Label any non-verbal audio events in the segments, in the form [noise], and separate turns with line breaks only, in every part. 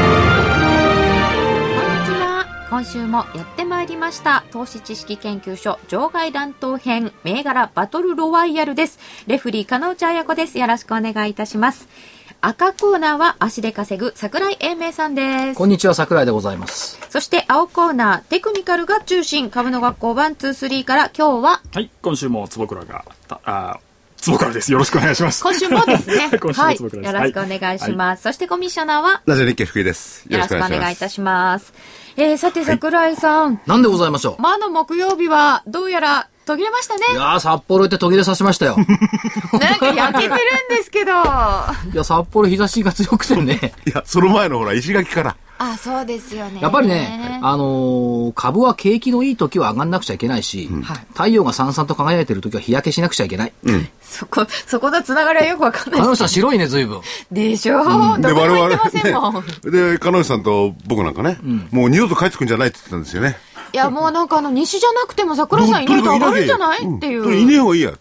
こんにちは。今週もやってまいりました。投資知識研究所場外乱闘編銘柄バトルロワイヤルです。レフリー、金内彩子です。よろしくお願いいたします。赤コーナーは足で稼ぐ桜井英明さんです
こん。にちは桜井でございます
そして青コーナー、テクニカルが中心、株の学校1、2、3から今日は
はい、今週も坪倉が、たあー、坪倉です。よろしくお願いします。。
今週もですね
今週
は
も
い。
坪倉です
よろしくお願いします。そしてコミッショナーは
ラジオ日経福井です。
よろしくお願いいた
し
します。えー、さて桜井さん、
なんでございましょう
魔の木曜日はどうやら途切れましたね
い。やー札幌行って途切れさせま [laughs] したよ
[laughs] なんか焼けてるんですけど。 [laughs] あ、
いや札幌日差しが強くて [laughs] ね
ます。いや、その前のほら、石垣から。
そうですよね。
やっぱりね、あのー株は景気のいい時は上がんなくちゃいけないし、太陽がさんさんと輝いてる時は日焼けしなくちゃいけない。
そこ、そこのつながりはよくわかんない
あの人は白いね、随分。
でしょう、どこにも行ってませんもん。
[laughs] ね、
[laughs]
で、彼女さんと僕なんかね、もう二度と帰ってくんじゃないって言ってたんですよね。
いや、もうなんかあの、西じゃなくても桜井さんいないと上がるんじゃないってい
うんいね
う。
え方がいいや、って。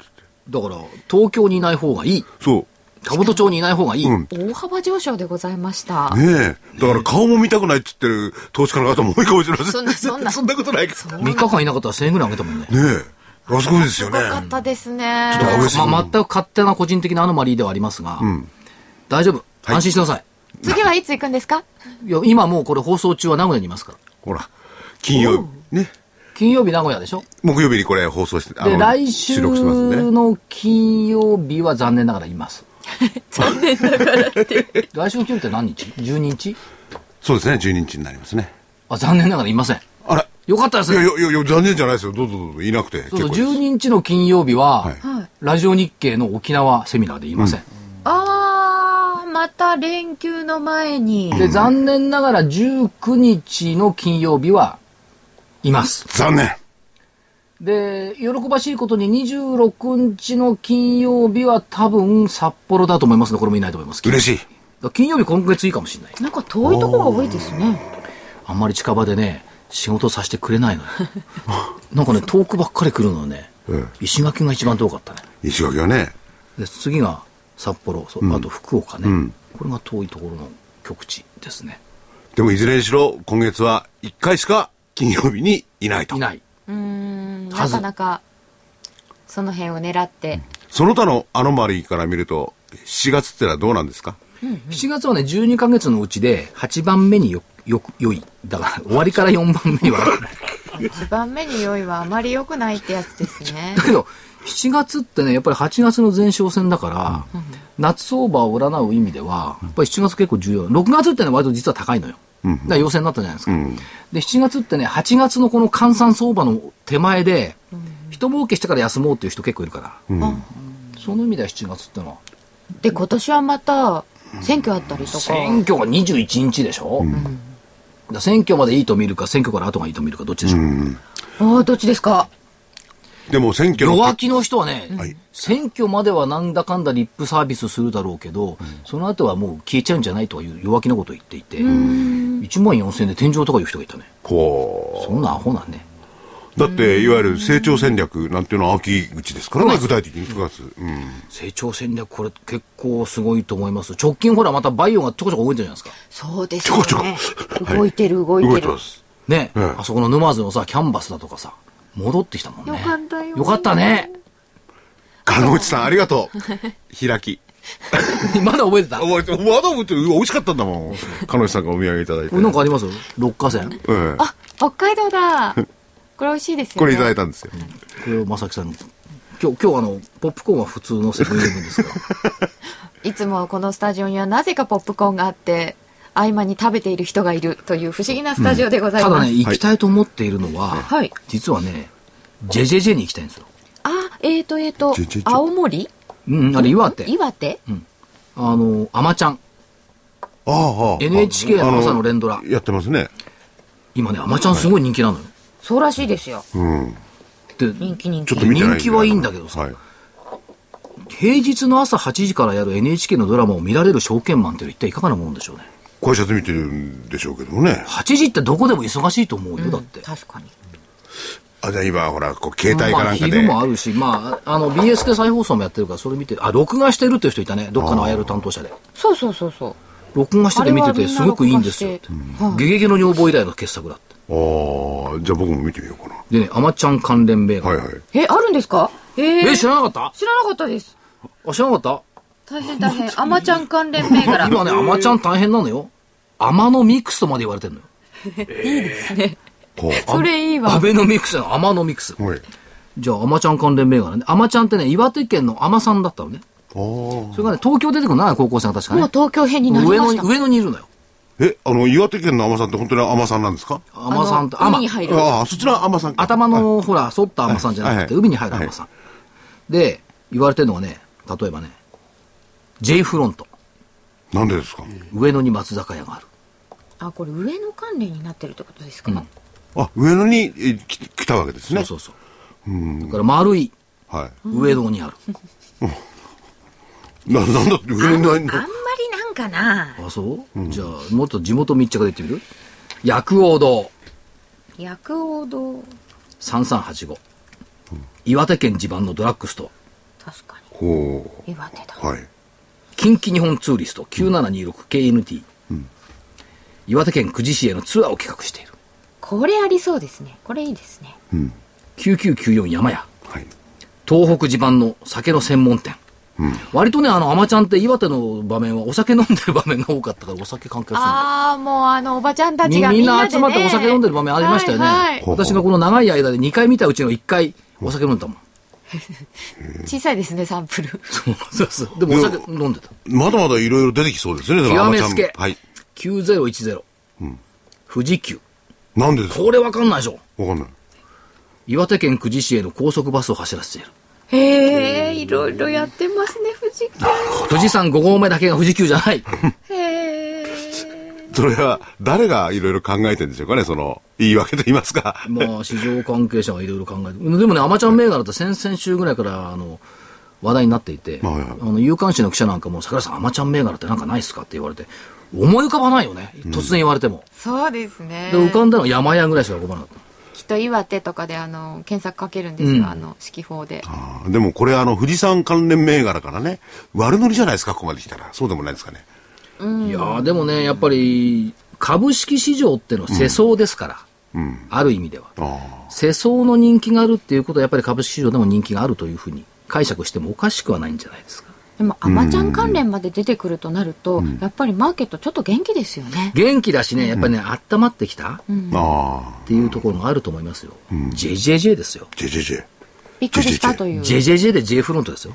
だから、東京にいない方がいい。
そ
兜町にいない方がいい。
うん
大幅上昇でございました
[laughs] う。。ねえ。だから顔も見たくないって言ってる投資家の方も多いかもしれません。
そんなそんな
そんなことないけど。ね
3日間いなかったら1000円ぐらい上げたもんね。
え。あそこですよ
よ
ね。
かったですね。
ちょっと上げすぎ
まあ、全く勝手な個人的なアノマリーではありますが、大丈夫。
い
安心してください。
次はいつ行くんですか
い、や、今もうこれ放送中は名古屋にいますから。
ほら、金曜日、ね。
金曜日名古屋でしょ
木曜日にこれ放送して、あ
で、来週
収録してますんでね。
の金曜日は残念ながらいます。
[laughs] 残念ながら。
[laughs] 来週の金曜日って何日 ?12 日
そうですね、12日になりますね。
あ、残念ながらいません。
あら。
よかったです
い
ね
やい。やいやいや、残念じゃないですよ。どうぞどうぞ、いなくて。
そうそう
結構です
12日の金曜日は、
はい
ラジオ日経の沖縄セミナーで言いません、
あー、また連休の前に。
で残念ながら19日の金曜日はいます
残念。
で喜ばしいことに26日の金曜日は多分札幌だと思いますのでこれもいないと思います
嬉
し
しい。
金曜日今月いいかもしれない
なんか遠いとこが多いですね。
あんまり近場でね仕事させてくれない [laughs] のよなんかね遠くばっかり来るのね、
え
石垣が一番遠かったね
石垣はね、
で次が札幌そうあと福岡ね、これが遠いところの局地ですね
でもいずれにしろ今月は1回しか金曜日にいないと。
いない。
うーん、
は
な
ず
かなか、その辺を狙って。
その他のアノマリーから見ると、7月ってのはどうなんですか
7月はね、12ヶ月のうちで、8番目によ、よ、良い。だから、終わりから4番目に悪い。
一番目に良いはあまり良くないってやつですね
だ。けど、7月ってね、やっぱり8月の前哨戦だから、夏相場を占う意味では、やっぱり7月結構重要。6月ってね、割と実は高いのよ。だから陽性になったじゃないですか。で、7月ってね、8月のこの換算相場の手前で、一儲けしてから休もうっていう人結構いるから、その意味では7月ってのは、
[laughs] で、今年はまた、選挙あったりとか。
選挙が21日でしょ、だから選挙までいいと見るか、選挙から後がいいと見るか、どっちでしょう。
ああ、どっちですか
でも選挙の
弱気の人はね、
はい
選挙まではなんだかんだリップサービスするだろうけど、その後はもう消えちゃうんじゃないとかいう弱気なことを言っていて、1万4000円で天井とかいう人がいたね。
こ
そんなアホなんね。
うだっていわゆる成長戦略なんていうのは秋口ですからね、具体的に9月。うん。
成長戦略、これ結構すごいと思います。直近ほらまたバイオがちょこちょこ動いてるじゃないですか。
そうです
ちょ
よ
こちょこ
ね。。
はい
動いてる、動い
[laughs] 動
て
いて
る
ま。す。
ね、
ええ
あそこの沼津のさ、キャンバスだとかさ、戻ってきたもんね。
よかったよ
よかったね。 [laughs]
鹿野内さんありがと [laughs] う。開き。
まだ覚えてた
あ、わ、わざわざって、うわ美味しかったんだ [laughs] もん。鹿野内さんがお土産いただいて。
なんかあります六花線。
ええ
あ、北海道
[laughs]
だ。これ美味しいですよね。
これいただいたんですよ。
これをまさきさんに。今日、今日あの、ポップコーンは普通のセブンイレブンですから。
いつもこのスタジオにはなぜかポップコーンがあって、合間に食べている人がいるという不思議なスタジオでござい
た
ます。
だね、行きたいと思っているのは、
はい
実はね、ジェジェジェに行きたいんですよ。
あ、えーと、えーと
ちょちょち、ょ
青森
うん、あれ岩手。
岩手
あの、アマちゃん。
ああああ、
NHK の朝の連ドラ
あのやってますね。
今ね、アマちゃんすごい人気なのよ。
そうらしいですよ。
うん。
で、
人気人
ちょ
気
っと。見てない
人気はいいんだけどさ
はい。
平日の朝8時からやる NHK のドラマを見られる証券マンって一体いかがなもんでしょうね。
会社で見てるんでしょうけどもね。
8時ってどこでも忙しいと思うよ、だって。
確かに。
あ、じゃあ今、ほら、こう、携帯か
まあ、
なんか
昼
で。
もあるし、まあ、あの、BS で再放送もやってるから、それ見て、あ、録画してるっていう人いたね。どっかのあやる担当者で。
そうそうそうそう。
録画してて見てて、すごくいいんですよって。
はい
ゲゲゲの女房以来の傑作だって。
ああ、じゃあ僕も見てみようかな。
でね、アマちゃん関連映画。
はいはい。
え、あるんですかえー
え、知らなかっ
知らなかったです。
たあ、知らなかっ
大変大変。アマちゃん関連銘
た
柄。
今ね、アマちゃん大変なのよ。アマノミクスとまで言われてるのよ。
こう。
それいい
ア
わ。
ベノミクスのアマノミクス。
はい。
じゃあ、アマちゃん関連銘柄ね。アマちゃんってね、岩手県のアマさんだったのね。
ああ。
それがね、東京出てくるのな、高校生が確か
もう
ね。
東京編になりま
上野
し
に、
た。
上野にいるのよ。
え、あの、岩手県の甘さんって本当に甘さんなんですか
アマさんって、
あの
アマ
海に。入る。
ああ、そちら甘さんか。
頭の、ほら、反ったアマさんじゃなくて、
はい
海に入るアマさん。で、言われてるのがね、例えばね、J フロント、
なんでですか
上野に松坂屋がある。
あ、これ上野関連になってるってことですか、
あ、上野にえき来たわけですね。
そうそうそう。だから、丸い、
は
上野にある。
い。な、なんだって上野
あん
に
まりなんかな。
あ、そう、じゃあ、もっと地元密着で言ってみる薬王堂
薬王堂。
3385。岩手県地盤のドラッグスト
確か
こ
に。岩手だ。
う。は
ア、
い。
近畿日本ツーリスト 9726KNT、岩手県久慈市へのツアーを企画している。
これありそうですね。これいいですね。
9994山屋。
はい。
東北地盤の酒の専門店、割とねあのアマちゃんって岩手の場面はお酒飲んでる場面が多かったからお酒関係するんだよ
ああ、もうあの、おばちゃんた
み
ちが
み
み
ん
んなで、ね、
な集まってお酒飲んでる場面ありましたよね、
はいはい
ほうほう
私がこの長い間で2回見たうちの1回お酒飲んだもん、
小さいですね、サンプル。
そうそうそうでもお酒飲んでた
まだまだいろいろ出てきそうですね、だから
極
甘
め
ちゃん
つけ、
はい。
9010、富士急
なんでですか
これわかんないでしょ
わかんない。
岩手県久慈市への高速バスを走らせている
へえ、いろいろやってますね、藤木さ
富士山5合目だけが富士急じゃない
ん。へえ。
それは、誰がいろいろ考えてるんでしょうかね、その、言い訳と言いますか。
まあ市場関係者がいろいろ考えてでもねアマちゃん銘柄って先々週ぐらいからあの話題になっていて、
はいはい
あの有刊誌の記者なんかも「桜井さんアマちゃん銘柄ってなんかないっすか?」って言われて思い浮かばないよね突然言われても、
そうですね。
で浮かんだのは山屋ぐらいしか浮かばなかっ
きっと岩手とかであの検索かけるんですよ、あの式法で
あーでもこれ、あの、富士山関連銘柄からね、悪乗りじゃないですか、ここまで来たら。そうでもないですかね。
た、いやーでもねやっぱり株式市場ってのは世相ですから、ある意味では
あ
世相の人気があるっていうことはやっぱり株式市場でも人気があるというふうに解釈してもおかしくはないんじゃないですか
でもアマちゃん関連まで出てくるとなると、やっぱりマーケットちょっと元気ですよね
元気だしねやっぱりね、温まってきた、
ーあ
っていうところがあると思いますよ。JJJ ですよ。
ー。ジェジェジェ。
びっくりしたという
JJJ で J フロントですよ。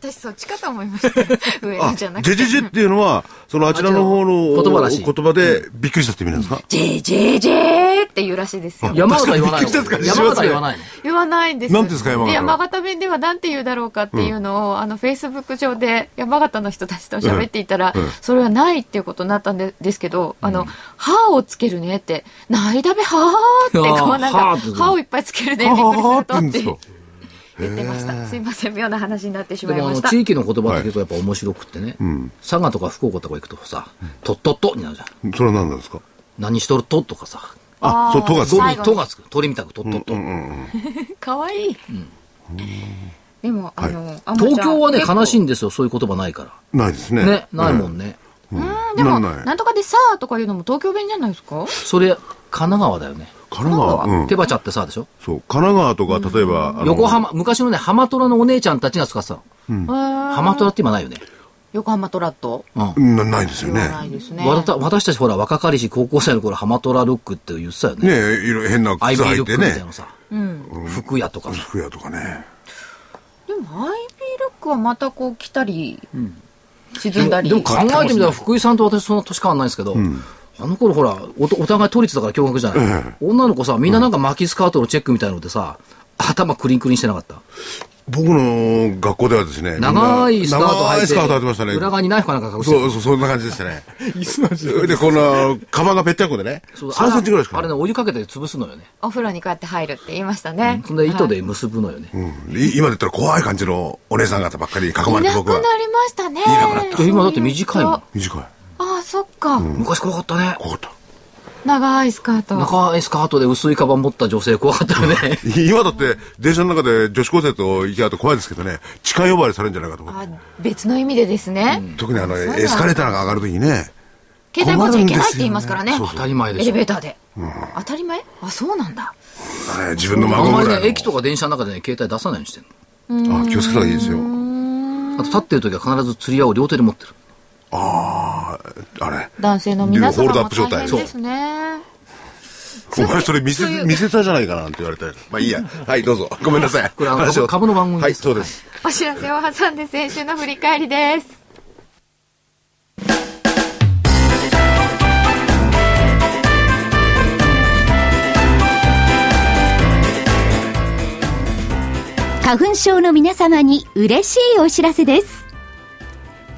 私そっちかと思いました上
あ、
野
ジ
じゃな
ェ
くて
ジェジェっていうのは、そのあちらの方の
あちら言葉らしい
言葉でびっくりしたって意味なんですか
「JJJ」って言うらしいですよ
山形言わない
[laughs] びっくりしたん
の。
ですか
山形言わないの。
言わないんです
なんていうんですか山形は
山形弁ではなんて言うだろうかっていうのを、あのフェイスブック上で山形の人たちと喋っていたら、
うんうん
それはないっていうことになったんでですけど「あの歯をつけるね」って「ないだべ歯」ってこ
あー
うなん
歯
か
って
歯をいっぱいつけるねびっくりす
あ
るとって
よ
[laughs] 言ってましたすいません妙な話になってし
で
まい
もあ
ま
の
した
地域の言葉って結構やっぱ面白くってね、佐賀とか福岡とか行くとさ、とっとっとになるじゃん。
それは何なんですか
何しとるととかさ、
あ、そう、とがつ
ゴ
く。
ミとがつく。鳥みたくとっとっと。
かわいい、でもあの、あんまちゃん
東京はね、
結構
悲しいんですよ。そういう言葉ないか
ないです
ら。
ね。
ね、ないも
ね。
んね。
うんでも
なんない
なんとかで「さあ」とか言うのも東京弁じゃないですか
それ、神奈川だよね。
神奈川。うん
手羽茶ってさ、でしょ
そう、神奈川とか、例えば、あの
横。浜、昔のね、浜虎のお姉ちゃんたちが使ってたの。
は
浜虎って今ないよね。
横浜トラット
うん。
なないですよ
言
ね
わ。ないですね
わた私たちほら若かりし高校生の頃ハマトラルックって言ってたよね
ねえ、いろいろ変な
アイ
靴
ビー
履
ル
い
ック
て
みたい
ね
な。のさ、服屋とかさ
服屋とかね。
でもアイビールックはまたこう来たり、沈んだり
でも考えてみたら福井さんと私そんな年変わんないんですけど、あの頃ほらおお互い都立だから驚愕じゃない、女の子さみんななんか巻きスカートのチェックみたいのでさ頭クリンクリンしてなかった、
僕の学校ではですね、みんな
長いスカート履い
長
て、
いスカート履いてましたね。
裏側にナイフかなんか隠して
そうそう、そんな感じでし
[laughs]
たね。で、この、カバンがぺっちゃんこでね、
そう
3センチぐらいしか
あれ
な
ね、
い。
お湯かけて潰すのよね。
お風呂にこうやって入るって言いましたね。
そんで糸
はい
で結ぶのよね。
うんい今だったら怖い感じのお姉さん方ばっかりに囲ま
い
れ
なく
て僕
な
は。
りましたね。
なくなった
そういう
今だって短いもん
人
短い。
ああ、そっか、
昔怖かったね。
怖かっ
長いスカート。
中いスカートで薄いカバン持った女性怖かったよ
[laughs]
ね。
た。今だって、電車の中で女子高生と行き合うと怖いですけどね、近い呼ばわりされるんじゃないかと思って
あ別の意味でですね。
特にあの、
そうだ
エスカレーターが上がるときにね、
携帯持っちゃいけないって言いますからね。
困るんですよねそうそう
当たり前
エ
でし
レ
ょ
ベ。ーターで。当たり前あ、そうなんだ。
あれ自分の
あん
孫
ま
ぐ
り
らい
ね、
の。
駅とか電車の中でね、携帯出さないようにしてる
あ、気をつけた方がいいですよ。
あと立ってる時は必ず釣り輪を両手で持ってる。
ああ、あれ。
男性の皆様
ホールドア
も
ップ状
大
態
変ですね。
お前それ見せ、見せたじゃないかなって言われて。まあいいや。はい、どうぞ。ごめんなさい。
これあの
話を
株の番組
は
で
い、
す
そうです。
お知らせを挟んで先週の振り返りです。
花粉症の皆様に嬉しいお知らせです。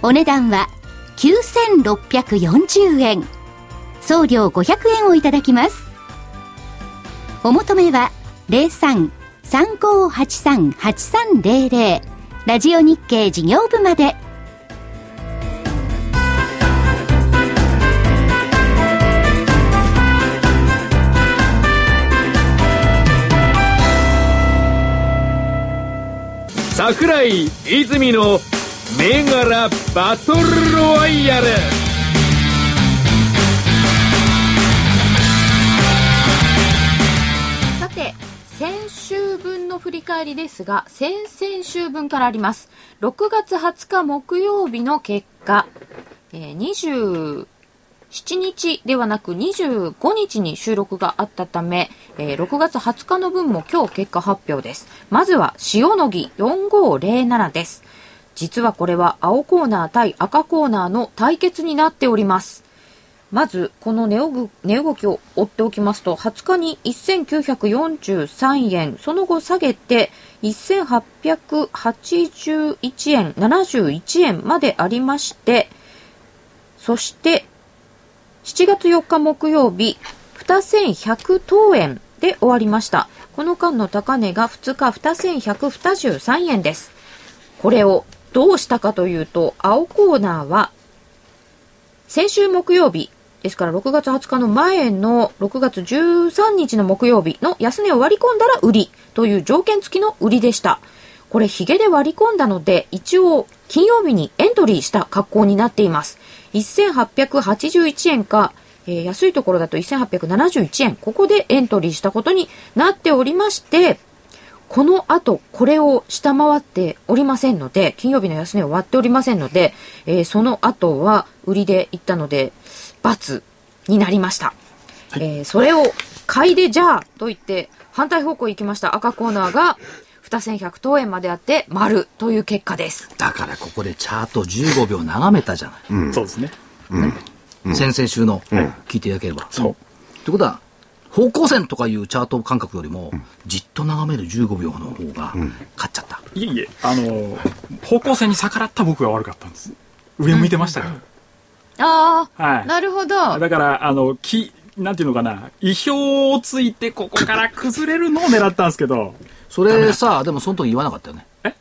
お値段は9640円送料500円をいただきますお求めは03-3583-8300ラジオ日経事業部まで
桜井泉の銘柄バトルロワイヤル
さて、先週分の振り返りですが、先々週分からあります。6月20日木曜日の結果、えー27日ではなく25日に収録があったため、えー6月20日の分も今日結果発表です。まずは、塩野義4507です。実はこれは青コーナー対赤コーナーの対決になっております。まず、この値動値動きを追っておきますと、20日に1943円、その後下げて、1881円、71円までありまして、そして、7月4日木曜日、2100等円で終わりました。この間の高値が2日2123円です。これをどうしたかというと、青コーナーは先週木曜日ですから6月20日の前の6月13日の木曜日の安値を割り込んだら売りという条件付きの売りでしたこれヒゲで割り込んだので一応金曜日にエントリーした格好になっています1881円か、えー安いところだと1871円ここでエントリーしたことになっておりましてこの後、これを下回っておりませんので、金曜日の安値を割っておりませんので、えーその後は売りで行ったので、×になりました。えーそれを買いでじゃあと言って、反対方向行きました赤コーナーが、2100等円まであって、丸という結果です。
だからここでチャート15秒眺めたじゃない。
そうですね。
先々週の聞いていただければ。
そう。
ってことは、方向線とかいうチャート感覚よりも、じっと眺める15秒の方が、勝っちゃった。
いえいえ、あの、方向性に逆らった僕が悪かったんです。上向いてましたか
あ
ら。はい。
るほど。
だから、あの、き、なんていうのかな、意表をついて、ここから崩れるのを狙ったんですけど、
それさ、でもその時言わなかったよね。
え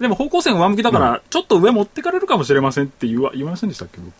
でも方向性上向きだから、ちょっと上持ってかれるかもしれませんって言わ言わませんでしたっけ僕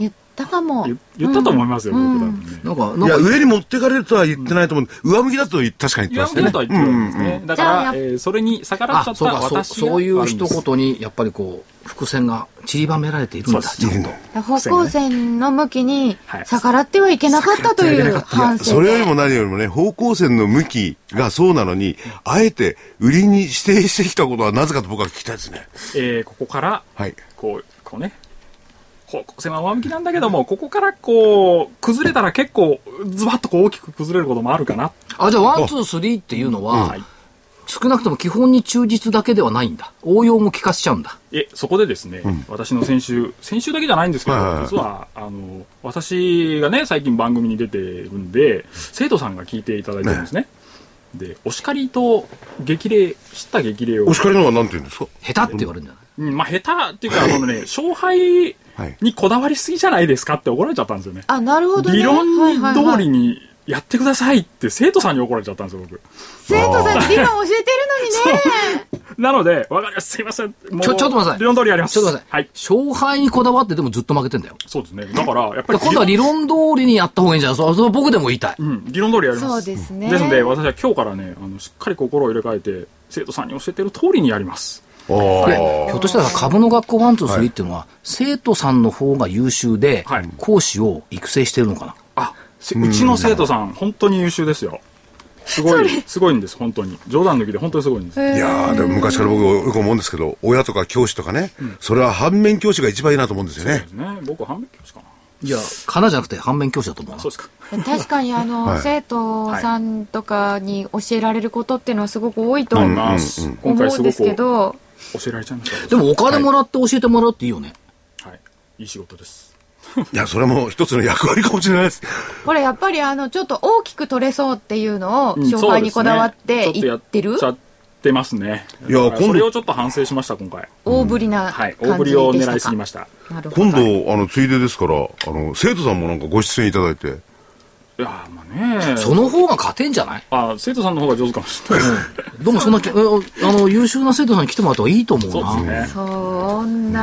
言ったかも
言言ったと思いますよ、
うん
僕だってね。
なんか、
い
な
や、
んか、
上に持ってかれるとは言ってないと思う。上向きだと確かに言って
岩本だ
ましたね。
とは言ってるんですね。だか
じゃ
ら
あ、
えーそれに逆らっちゃ
あ、
った
そうか、そう、
私が
そういう一
悪いんです
言に、やっぱりこう、伏線が散りばめられているんだ。
そう
うん
方向線の向きに
はい
逆らってはいけなかったという反省
それよりも何よりもね、方向線の向きがそうなのに、あえて売りに指定してきたことはなぜかと僕は聞きたいですね。
えーここから、
はい。
こう、こうね、方向性は上向きなんだけども、ここからこう、崩れたら結構、ズバッとこう大きく崩れることもあるかな。
あ、じゃあ、ワン、ツー、スリーっていうのは
はい、
少なくとも基本に忠実だけではないんだ。応用も効かせちゃうんだ。
え、そこでですね、私の先週、先週だけじゃないんですけど、
はいはいはい
実は、あの、私がね、最近番組に出てるんで、生徒さんが聞いていただいてるんですね。で、お叱りと激励、知った激励を
お、叱りの方は何て言うんですか
下手って言われるんじゃない
うんまあ、下手っていうか、このね、勝敗
はい。
にこだわりすぎじゃないですかって怒られちゃったんですよね。
あなるほどね
理論
はいはいはい
通りにやってくださいって生徒さんに怒られちゃったんですよ、僕。
生徒さんに理論教えてるのにね
なので、わかりました。すいません。もう
ちょ、ちょっと待ってください。
理論通りやります。
ちょっと待ってくださ
はい。
い。勝敗にこだわってでもずっと負けてんだよ。
そうですね。だから、やっぱ
だ
り
から今度は理論通りにやった方がいいんじゃないそれそれは僕でも言いたい。
うん、理論通りやります。
そうですね
ですので、私は今日からね、あの、しっかり心を入れ替えて、生徒さんに教えてる通りにやります。
あ
でひょっとしたら株の学校ワンツースリーっていうのは、生徒さんの方が優秀で
はい、
講師を育成してるのかな。
あ、せうちの生徒さん、本当に優秀ですよ。すごい、すごいんです、本当に。冗談抜きで本当にすごいんです。
いやーでも昔から僕よく思うんですけど、親とか教師とかね、それは反面教師が一番いいなと思うんですよね。
ね、僕、反面教師かな。
いや、かなじゃなくて反面教師だと思うな
そうですか。
確かにあの、
はい
生徒さんとかに教えられることっていうのはすごく多いと思
まあ、今回
う
す
ん
ご
で
く
すけ
教
ど、
えられちゃいました。
でもお金もらって教えてもらうっていいよね。
はい。いい仕事です。
いや、それはもう一つの役割かもしれないです。
これやっぱりあのちょっと大きく取れそうっていうのを勝敗にこだわっていって
ち
る、
ょっとやっちゃってますね。
いや
だから
今度
それをちょっと反省しました、今回。
大ぶりな
は
感
い
じ。で
大振りを
した
狙
か
いすぎました。
なるほど
今度、あの、ついでですから、あの、生徒さんもなんかご出演いただいて、
いやー、まあね。
その方が勝てんじゃない
あ、生徒さんの方が上手かもしれない。
どうもそんなき、えあの、優秀な生徒さんに来てもらった方がいいと思うな。
[laughs] そうですね。
そんな、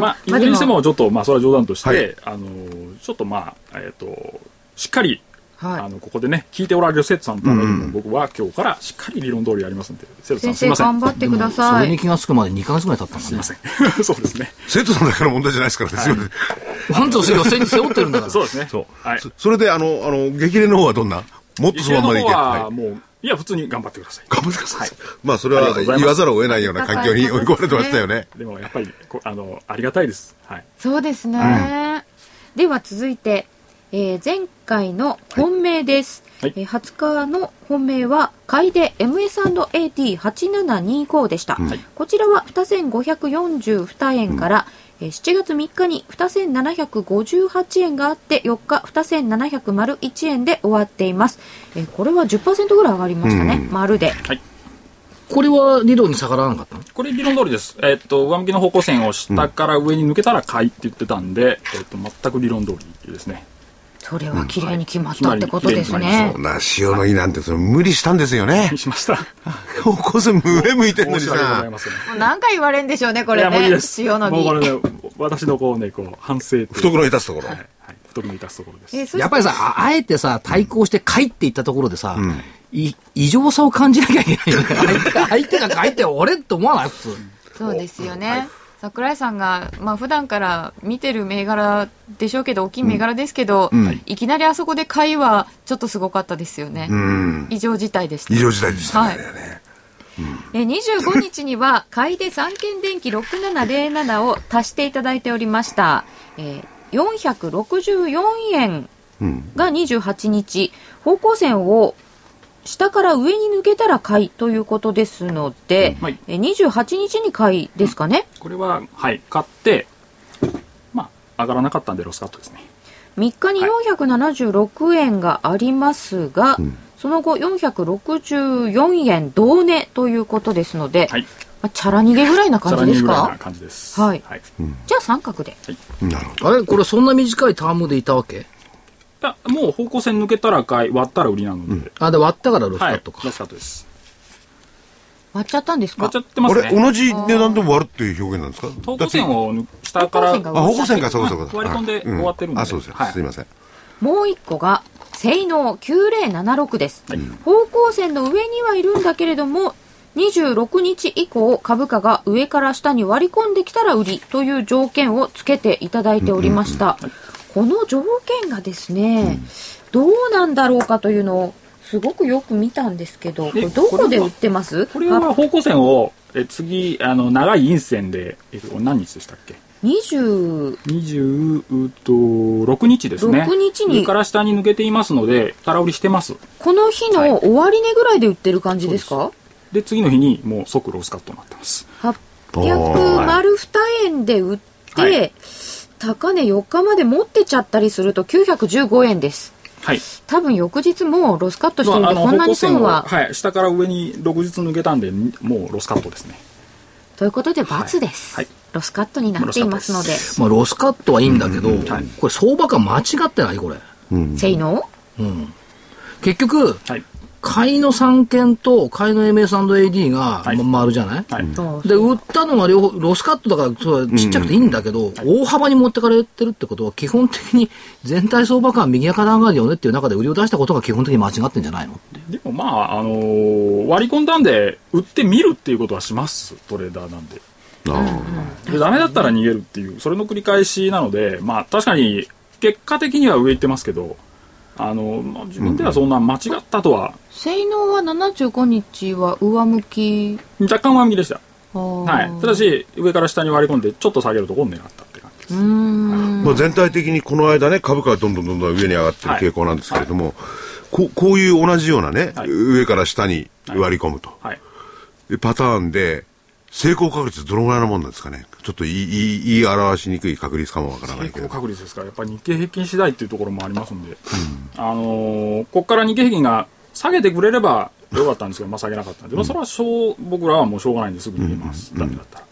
まあ、いずれにして
ま
も、ちょっと、まあ、それは冗談として、
はい
あのー、ちょっと、まあ、えっ、と、しっかり、
あでもは
あ
い、
の、ここでね、聞いておられる生徒さんのためにも、
うんうん
僕は今日からしっかり理論通りやりますんで、生徒さん
先
すい
生
ません。
頑張ってくだ
そ
さ
れ
い
に気がつくまで2ヶ月ぐらい経ったんだ
すい
ね
ま。せん。 [laughs] そうですね。
生徒さんだけの問題じゃないですからね、すいません
ワンツースリーを背に背負ってるんだから。
そうですね。
そう。
はい。
そそれで、あの、あの、激励の方はどんなもっと
一
その
の
ままでい
方
け。
は、
はい
もう、いや、普通に頑張ってください。
頑張ってください
は。
まあ、それ
ありが
は
とうございます
言わざるを得ないような環境に追い込まれてましたよね。
い。でも、やっぱり、こあの、ありがたいです。はい。
そうですね、では続いて、えー前回の本命です、
はい
えー20日の本命は買いで MS&AT8725 でした、
はい
こちらは2542円から、えー7月3日に2758円があって4日2701円で終わっています、えーこれは10%ぐらい上がりましたね、
う
丸で
はい。
これは理論に逆らわなかったの
これ理論通りです。えっ、と、上向きの方向線を下から上に抜けたら買いって言ってたんで、えっ、と、全く理論通りですね。
それは綺麗に決まったってことです
うんはい
ね
そんな塩のいなんて、それ無理したんですよね [laughs]
に。しました。
方向性上向いてるの
申
に
し訳ござい
さ。
ません。
もう何回言われんでしょうねこ
い
れ
や、無理
ね
です。
塩の
もうこれ
実
ね、私のこうね、こう、反省という
懐に立つところ。
はい。はい懐にいたすところです。
えーそして
やっぱりさ、ああえてさ、対抗して帰っていったところでさ、
ん
い異常さを感じなきゃいけないよね。相手が、相手が帰って俺って思わない普通。
そうですよね、桜井さんが、まあ普段から見てる銘柄でしょうけど大きい銘柄ですけど、
うん
いきなりあそこで買いはちょっとすごかったですよね、
うん。
異常事態でした
異常事態でしたね。
はいえ25日に
[laughs]
は買いで三軒電機6707を足していただいておりました、えー、464円
うん。
が28日方向線を下から上に抜けたら買いということですので、
はい
えー28日に買いですかね、
これは、はい、買って、まあ、上がらなかったんでロスカットですね。
3日に476円がありますが、その後464円同値ということですので、
はい。
まあ、チャラ逃げぐらいな
さら
感じ
に
です
ぐらいな
か
感じです。
はい
はい。
じゃあ三角で
なるほど。
あれこれそんな短いタームでいたわけ
いやもう方向線抜けたら買い、割ったら売りなので、
あ、で割ったからロスカ
はい。
ット
ロ
か。
スカットです。
割っちゃったんです
割
か
っちゃってます
あれ、
ね。
同じ値段でも割るっていう表現なんですか
等高線
だって
を抜下から、
等高線が
あ、方向線か、そうかそうか。
割り込んで終わってるんで
あ、そうですよ
はい
すいません。
もう一個が性能9076です、方向線の上にはいるんだけれども26日以降株価が上から下に割り込んできたら売りという条件をつけていただいておりました、この条件がですね、どうなんだろうかというのをすごくよく見たんですけどこれどこで売ってます
これは方向線を、え次、あの、長い陰線で、えっと、何日でしたっけ
26
26日ですね。
6日に
上から下に抜けていますので、空売りしてます。
この日の終値ぐらいで売ってる感じですか、
で、次の日にもう即ロースカットになってます。
800丸2円で売って、
はい
高値4日まで持ってちゃったりすると915円です
はい。
多分翌日もうロスカットしてるん
まあ
で
あの
こんなに損は、
はい、下から上に翌日抜けたんで、もうロスカットですね。
ということで×です、
はいはい
ロスカットになっていますので
まあ、ロスカットはいいんだけど、
はい
これ相場感間違ってないこれ。
性能
うん。結局、
はい。
買いの三件と買いの MS&AD が、
はい
ま丸じゃない、
はい。
そう
で、売ったのは両方、ロスカットだから、それはちっちゃくていいんだけど、大幅に持ってかれてるってことは、基本的に全体相場感は右上から上がるよねっていう中で売りを出したことが基本的に間違ってんじゃないの
でもまあ、あのー割り込んだんで、売ってみるっていうことはします、トレーダーなんで。でダメだったら逃げるっていう、それの繰り返しなので、まあ確かに、結果的には上行ってますけど、あの、まあ、自分ではそんな間違ったとは、
性能は75日は上向き
若干は右でした。は。
はい
ただし、上から下に割り込んで、ちょっと下げるところを狙ったって感じです。
まあ、全体的にこの間ね、株価がどんどんどんどん上に上がってる傾向なんですけれども、ここういう同じようなね、
はい
上から下に割り込むと、
はい。
でパターンで、成功確率どのぐらいのもんなんですかね、ちょっと言い言い言い表しにくい確率かもわからな
成
いけ
功
ど、
確率ですから、やっぱり日経平均次第っていうところもありますんで、あのーここから日経平均が下げてくれればよかったんですけど、まあ下げなかったんで、まあそれはしょう僕らはもうしょうがないんですぐ逃げます、ダメだったら。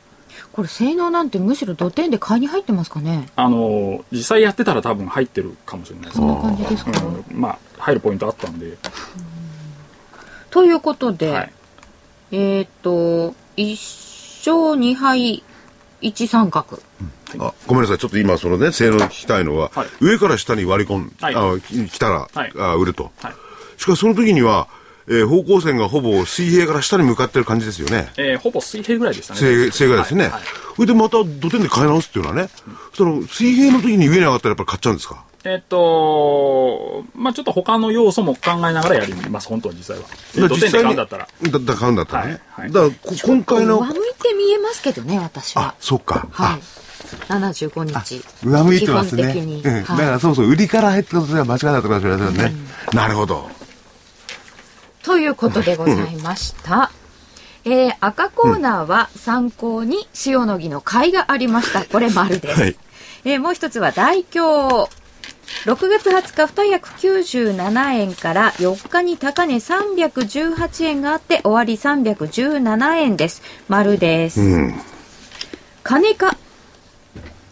これ性能なんてむしろ土点で買いに入ってますかね
あのー実際やってたら多分入ってるかもしれないです
そん
ね。
な感じですか、
うんまあ、入るポイントあったんで、
ということで、
はい、
えーっと1勝2敗1三角
あごめんなさい、ちょっと今、そのね、性能聞きたいのは、
はい
上から下に割り込ん、
はい
あき来たら、
はい
あ売ると、
はい
しかしその時には、えー方向線がほぼ水平から下に向かってる感じですよね。
えーほぼ水平ぐらいでしたね。
正正解ですね。
はいはい
それでまた土手で買い直すっていうのはね、その水平の時に上に上がったらやっぱり買っちゃうんですか
えーっと、まあちょっと他の要素も考えながらやります、本当は実際は。えー土手で買うんだったら。。
だだ買うんだったらね。
はいはい
だからこ今回の
上向い、て見えますけどね私
あ
は、
そっか。
はい75日
あ上向いてますね。
基本的に、
うんだ
はい
からそうそう、売りから入ったことでは間違いなかったかもしれませんね。なるほど。
ということでございました、えー赤コーナーは参考に塩野義の買いがありましたこれ丸です、
はい
えーもう一つは大京6月20日297円から4日に高値318円があって終わり317円です丸です、
うん。
金か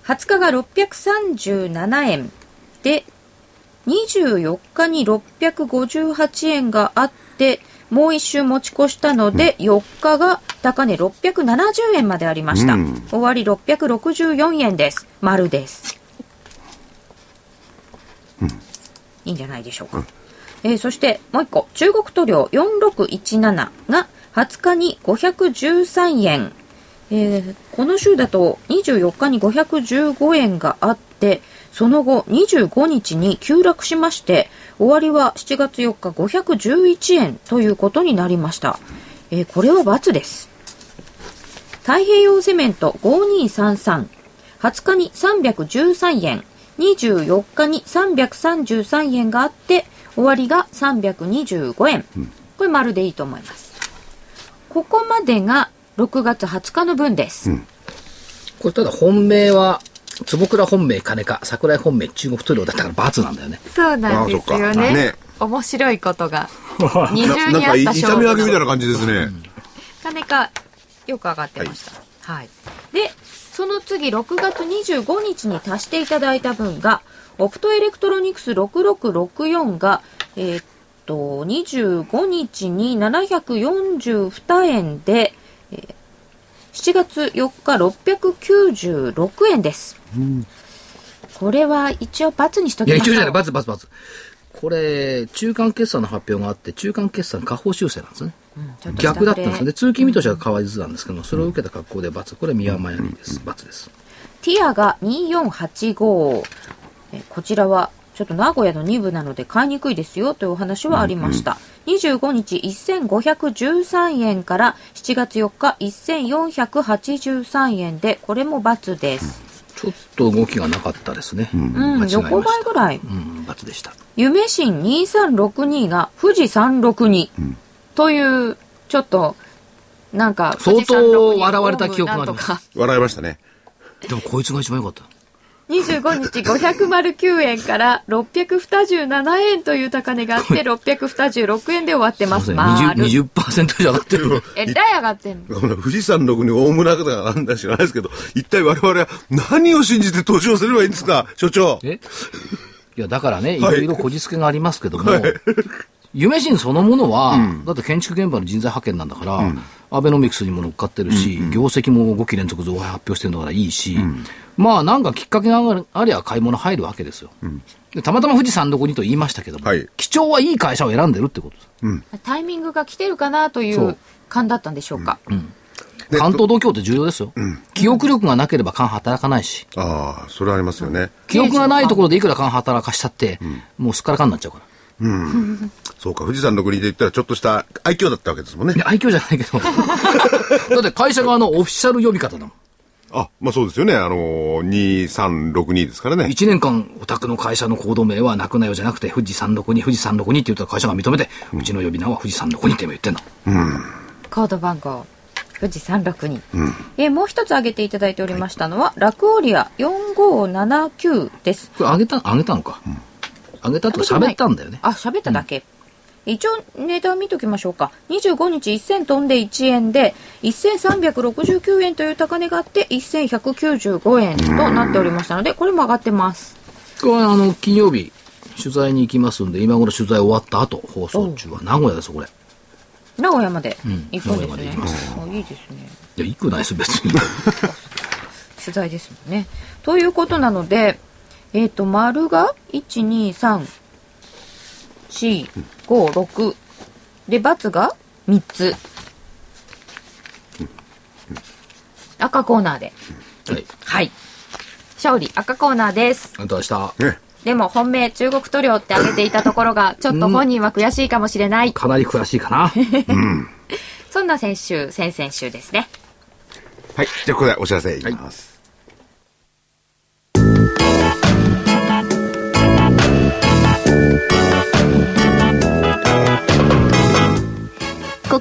20日が637円で24日に658円があってもう一周持ち越したので、4日が高値670円までありました、
うん
終わり664円です丸です、いいんじゃないでしょうか、えーそしてもう一個中国塗料4617が20日に513円えーこの週だと24日に515円があってその後25日に急落しまして終わりは7月4日511円ということになりました、えーこれは×です太平洋セメント5233 20日に313円24日に333円があって終わりが325円これ丸でいいと思いますここまでが6月20日の分です、
これただ本命は、坪倉本命金か、桜井本命中国塗料だったから罰なんだよね。
そうなん
あ
で
そっ
す
か
よね
ね
面白いことが二重
な
に
なん
あ
かい
った勝
痛み分けみた
負
いな感じですね。
金かよく上がってましたはい、でその次6月25日に足していただいた分がオプトエレクトロニクス6664が、えーと、25日に742円で、えー7月4日696円です。これは一応罰にしと
い
き
や、
ま
一応
し
じゃ
ょ
な
う
い、。バツバツバツ。これ、中間決算の発表があって、中間決算下方修正なんですね。
ちょっと下振
逆
れ
だったんですよ。で、通勤見通しは変わりずなんですけども、それを受けた格好で罰。これは宮山やりです。罰です。
ティアが2485。えーこちらは、ちょっと名古屋の2部なので買いにくいですよというお話はありました。25日1513円から7月4日1483円で、これも×です。
ちょっと動きがなかったですね。う
うん、横ばいぐらい。
うん、罰でした。
夢神2362が富士362という、ちょっと、なんか、
相当
富士362
笑われた記憶があり
なん
ま
と
す
か。
笑いましたね。
でも、こいつが一番良かった。
25日509円から627円という高値があって、626円で終わってます。
すいま
ま
せん、
あ、
20%, 20以上上がってる。
えらい上がってんの。
この富士山の国大村方がなんだ知らないですけど、一体我々は何を信じて投資をすればいいんですか、所長。
え [laughs] いや、だからね、い
はい
ろいろこじつけがありますけども、夢人そのものは、だって建築現場の人材派遣なんだから、アベノミクスにも乗っかってるし、業績も5期連続増配発表してるんだからいいし、まあなんかきっかけがあるありゃ買い物入るわけですよ。でたまたま富士山どこにと言いましたけども、
はい
基調はいい会社を選んでるってことです。
タイミングが来てるかなとい
そうう
感だったんでしょうか。
で
関東同郷って重要ですよ。記憶力がなければ勘働かないし、
ああ、それはありますよね。
記憶がないところでいくら勘働かしたって、もうすっからかんになっちゃうから。
そうか、富士山の国で言ったらちょっとした愛嬌だったわけですもんね
い。や愛嬌じゃないけ [laughs] ど。だって会社側のオフィシャル呼び方だもん。
あ、まあそうですよね。あのー、2362ですからね。
1年間お宅の会社のコード名はなくなよじゃなくて、富士山の子に、富士山の子にって言ったら会社が認めて、うちの呼び名は富士山の子にって今言ってんの。
コード番号、富士362。えーもう一つ挙げていただいておりましたのは、ラクオリア4579です。
これあげた、あげたのか。あげたとか喋ったんだよね。
あ、喋っただけ。一応、値段見ときましょうか。25日1000飛んで1円で、1369円という高値があって、1195円となっておりましたので、これも上がってます。
これはあの、金曜日、取材に行きますんで、今頃取材終わった後、放送中は名古屋ですよ、これ。
名古屋まで行くん
名古屋まで行
ですね
き。ます
あいいですね。
いや、行くないです、別に。
取材ですもんね。ということなので、えっ、と、丸が、1、2、3、4、5、6。で、×が3つ。赤コーナーで。
はい。
はい。勝利、赤コーナーです。
あと明日、
ね。
でも本命、中国塗料って挙げていたところが、ちょっと本人は悔しいかもしれない。
かなり詳しいかな。
そんな先週、先々週ですね。
はい。じゃあ、ここでお知らせいきます。
こ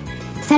さ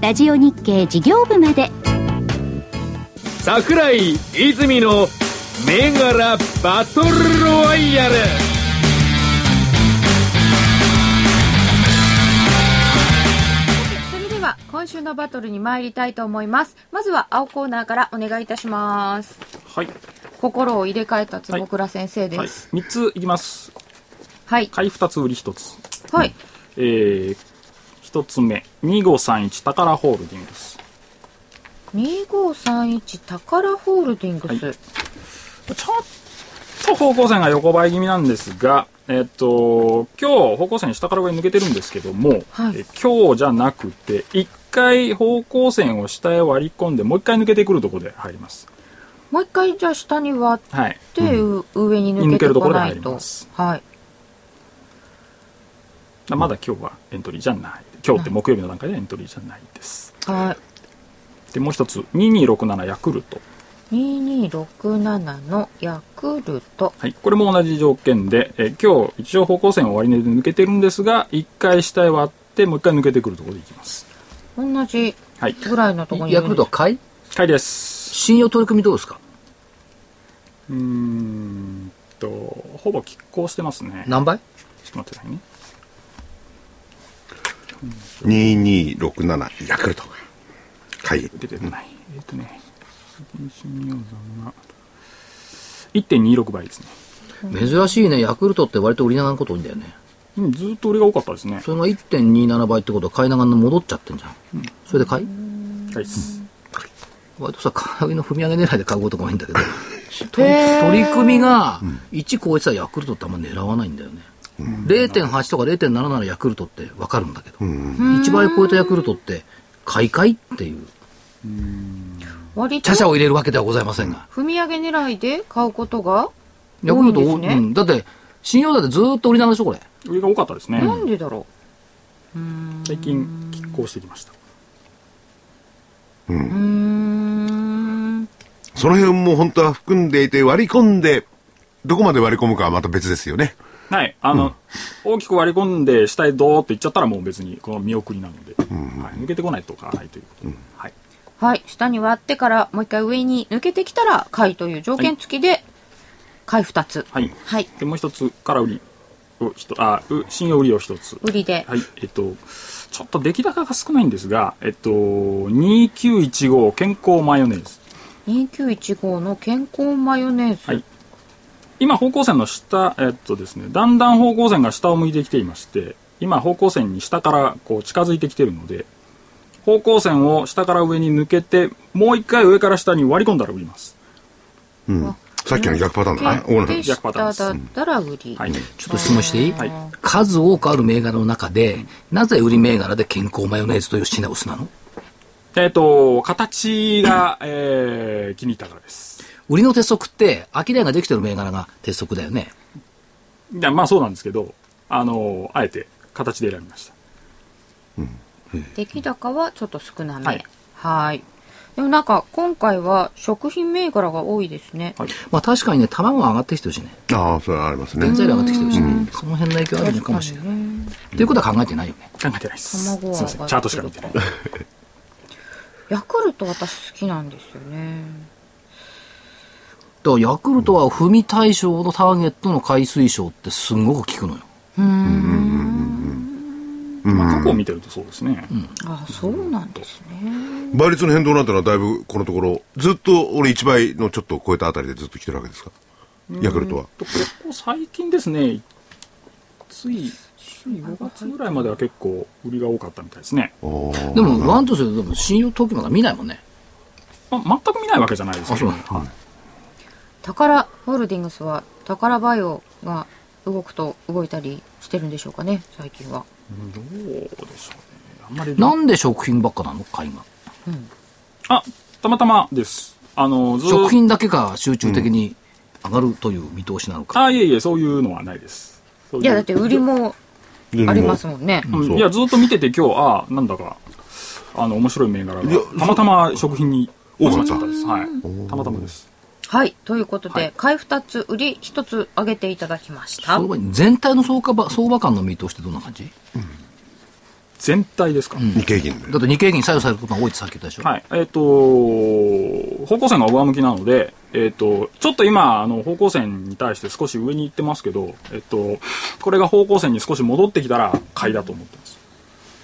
ラジオ日経事業部まで
桜井泉の銘柄バトルロワイヤル
それでは今週のバトルに参りたいと思いますまずは青コーナーからお願いいたします
はい。
心を入れ替えた坪倉先生
は
で
い。
す
三ついきます。
はい
買い二つ、売り一つ。
はい
えー、一つ目。2531宝ホールディングス。
2531宝ホールディングス、
はちょっと方向線が横ばい気味なんですが、えっと、今日方向線下から上に抜けてるんですけども、
はい
え今日じゃなくて、一回方向線を下へ割り込んで、もう一回抜けてくるところで入ります。
もう一回じゃあ下に割っ
はい。
て、う上に
抜
抜けてこない
けるところで入り
と
ます
はい
まだ今日はエントリーじゃない。今日って木曜日の段階でエントリーじゃないです。
はい
で、もう一つ、2267ヤクルト。
2267のヤクルト
はい、これも同じ条件で、えー今日一応方向線を割り値で抜けてるんですが一回下へ割ってもう一回抜けてくるところでいきます
同じ
はい
ぐらいのところにい
ヤ
る
クル
んです
トは買い
はいです
信用取り組みどうですか
うーんとほぼ拮抗してますね
何倍
ちょっと待ってくださいね
2267ヤクルトが買い
出てないえっ、とね1.26倍ですね
珍しいね。ヤクルトって割と売り長のこと多いんだよね。
うんずーっと俺が多かったですね
それが1.27倍ってことは買い長に戻っちゃってんじゃん。それで買い
はいです
割とさ、金上の踏み上げ狙いで買うことが多いんだけど、と取り組みが1超えてたらヤクルトってあんま狙わないんだよね。0.8とか0.7ならヤクルトってわかるんだけど、1倍超えたヤクルトって買い買いっていう、
割と
茶々を入れるわけではございませんが。
踏み上げ狙いで買うことが
ヤクルト、
多いんですね
うんだって、信用だってずーっと売りながらでしょ、これ。
上が多かったですね、
なんでだろううーん
最近拮抗してきました
うーん
その辺も本当は含んでいて割り込んでどこまで割り込むかはまた別ですよね
はい、あの、大きく割り込んで、下へドーっていっちゃったら、もう別に、この見送りなので、はい、抜けてこないとかないということで、はい。
はい下に割ってからもう一回上に抜けてきたら買いという条件付きで買い2つ
はい。
はい
で、もう一つ、空売りを一つ、あ、う信用売りを一つ。
売りで
はい、えっと、ちょっと出来高が少ないんですが、えっと、2915健康マヨネーズ。
2915の健康マヨネーズ、
はい今、方向線の下、えっとですね、だんだん方向線が下を向いてきていまして、今、方向線に下からこう近づいてきてるので、方向線を下から上に抜けて、もう一回上から下に割り込んだら売ります。
うんさっきの逆パターンだね
で
オーナ
で
ー
逆パ
下
ター
だ
ン
っ
です
たら売り、
はい。
ちょっと質問していい、
はい。
数多くある銘柄の中で、なぜ売り銘柄で健康マヨネーズという品薄なの
えっ、と、形が、えー、気に入ったからです。
売りの鉄則って、商いができてる銘柄が鉄則だよね。
いや、まあそうなんですけど、あの、あえて形で選びました。
出来高はちょっと少なめは
はいい
でもなんか今回は食品銘柄が多いですね、
はい。
まあ確かにね、卵は上がってきてるしね。
ああそれはありますね
原材料上がってきてるしね。その辺の影響あるのかもしれない。ということは考えてないよね。
考えてないです。
卵は
すいません。チャートしか見てない。
[laughs] ヤクルト私好きなんですよね
だからヤクルトは踏み対象のターゲットの買い推奨ってすんごく効くのよ。
まあ過去を見てるとそうですね。
あそうなんですね
倍率の変動なんてのはだいぶこのところずっと俺1倍のちょっと超えたあたりでずっと来てるわけですかヤクルトは
と結構最近ですね、つい、つい5月ぐらいまでは結構売りが多かったみたいですね。
おー
でも、ワンとすると、でも信用投機まだ見ないもんね。
まあ、全く見ないわけじゃないですけど、
あそう
はい
宝ホールディングスは宝バイオが動くと動いたりしてるんでしょうかね最近は
どうでしょうね。あんまり、
なんで食品ばっかなの買いが。
あ、たまたまです。あの、ずーっと
食品だけが集中的に上がるという見通しなのか。
あ、いえいえ、そういうのはないです。そうう
いやだって売りもありますもんね
うん
そう
いや、ずっと見てて今日、ああ、なんだか、あの、面白い銘柄が
いや、
たまたま食品に
多か
集ま
った
っちゃったです。はい。たまたまです。
はいということで、
はい
買い2つ売り1つ上げていただきました
その場合に全体の相場ば相場感の見通しってどんな感じ
全体ですか、
日経銀で
だって日経平均左右されることが多いってさっき言ったでしょ。
はい。えっ、と方向線が上向きなので、えっ、と、ちょっと今、あの、方向線に対して少し上に行ってますけど、えっ、と、これが方向線に少し戻ってきたら、買いだと思ってます。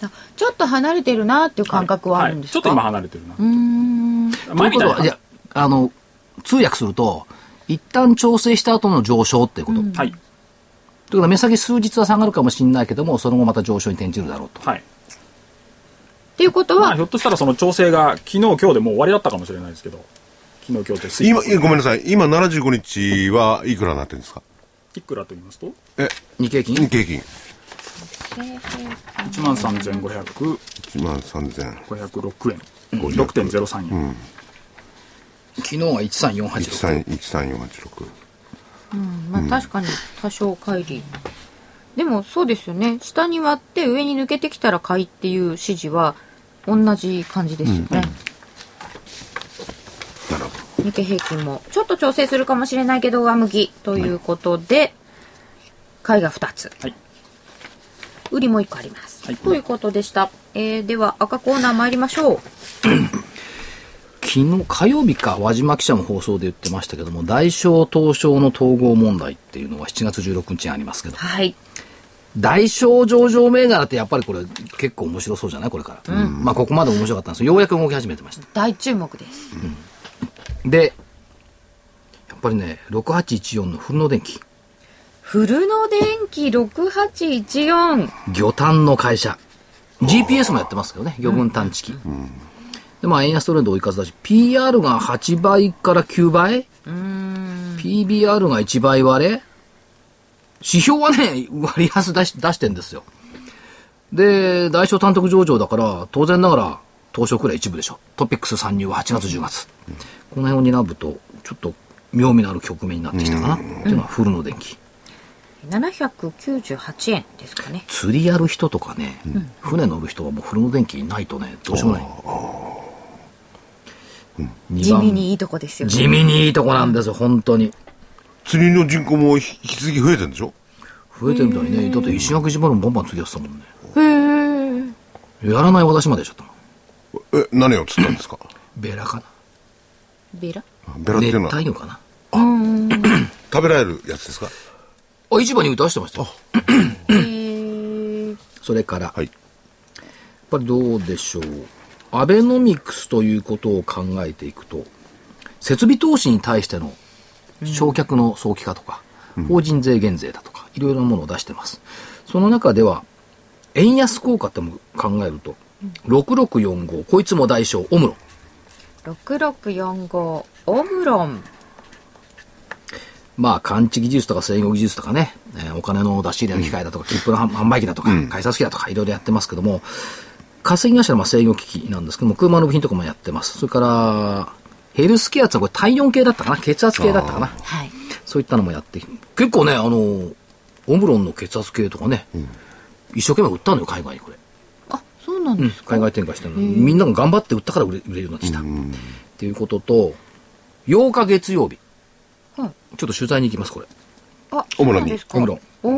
あちょっと離れてるなっていう感覚はあるんです
ちょ
か、
っと今離れてるな
うーん
前み
と
た
いう
い
ことは、
ない
や、あの、通訳すると、一旦調整した後の上昇っていうこと。という
はい
ことは、目先数日は下がるかもしれないけども、その後また上昇に転じるだろうと。
はい
っていうこと
まあ
は
ひょっとしたらその調整が昨日今日でもう終わりだったかもしれないですけど昨日今日って水
今、いやごめんなさい。今75日はいくらになってるんですか
いくらと言いますと
え、
日経金
日経金。
1万3500
1万3000。
506円、6.03円、
昨日は1348。
13 13486。
まあ確かに多少乖離、でもそうですよね下に割って上に抜けてきたら買いっていう指示は同じ感じですよね、
なるほ
日経平均もちょっと調整するかもしれないけど上向きということで、買いが2つ、
はい
売りも1個あります、
はい
ということでした、えーでは赤コーナー参りましょう
昨日、火曜日か、和島記者も放送で言ってましたけども、大小東証の統合問題っていうのは7月16日にありますけど、
はい
大小上場銘柄ってやっぱりこれ結構面白そうじゃないこれから。まあここまで面白かったんですよ。ようやく動き始めてました。
大注目です
で、やっぱりね、6814の古野電機、
古野電機6814
魚探の会社。GPS もやってますけどね、魚群探知機。で、まあ円安トレンド追い風だし、PR が8倍から9倍 ?PBR が1倍割れ指標はね、割安出し出してんですよ。で、大小単独上場だから、当然ながら、東証くらい一部でしょ。トピックス参入は8月10月。この辺を担うと、ちょっと妙味のある局面になってきたかな、っていうのは古の電気。
798円ですかね
釣りやる人とかね、船乗る人はもう古の電気ないとね、どうしようもない。二
地
番
味にいいとこですよね
地味にいいとこなんですよ、本当に。
釣りの人口も引き続き増えてるんでしょ
増えてるみたいね。だって石垣島でもバンバン釣りやってたもんね。
へー
やらない私までちょっと。
え、何を釣ったんですか
ベラかな。
ベラ
ベラってい
熱
うのは
帯魚かな。
食べられるやつですか
あ、市場に出してましたよ。
えー
それから、
はい。
やっぱりどうでしょう。アベノミクスということを考えていくと、設備投資に対しての焼却の早期化とか、法人税減税だとか、いろいろなものを出してます。その中では、円安効果っても考えると、6645、こいつも代償、オムロン。
6645オムロン
まあ、感知技術とか制御技術とかね、えーお金の出し入れの機械だとか、切符の販販売機だとか、改札機だとか、いろいろやってますけども、稼ぎ頭はまあ制御機器なんですけども、車の部品とかもやってます。それから、ヘルスケアってのはこれ体温計だったかな血圧計だったかな
はい
そういったのもやってきて結構ね、あの、オムロンの血圧計とかね、一生懸命売ったのよ、海外にこれ。
あそうなんですか、
海外展開してるのみんなが頑張って売ったから売れ売れるようになってきた。っていうことと、8日月曜日、
はい
ちょっと取材に行きます、これ。
あ
オム
そう
ロンに
なんですか
オムロン
お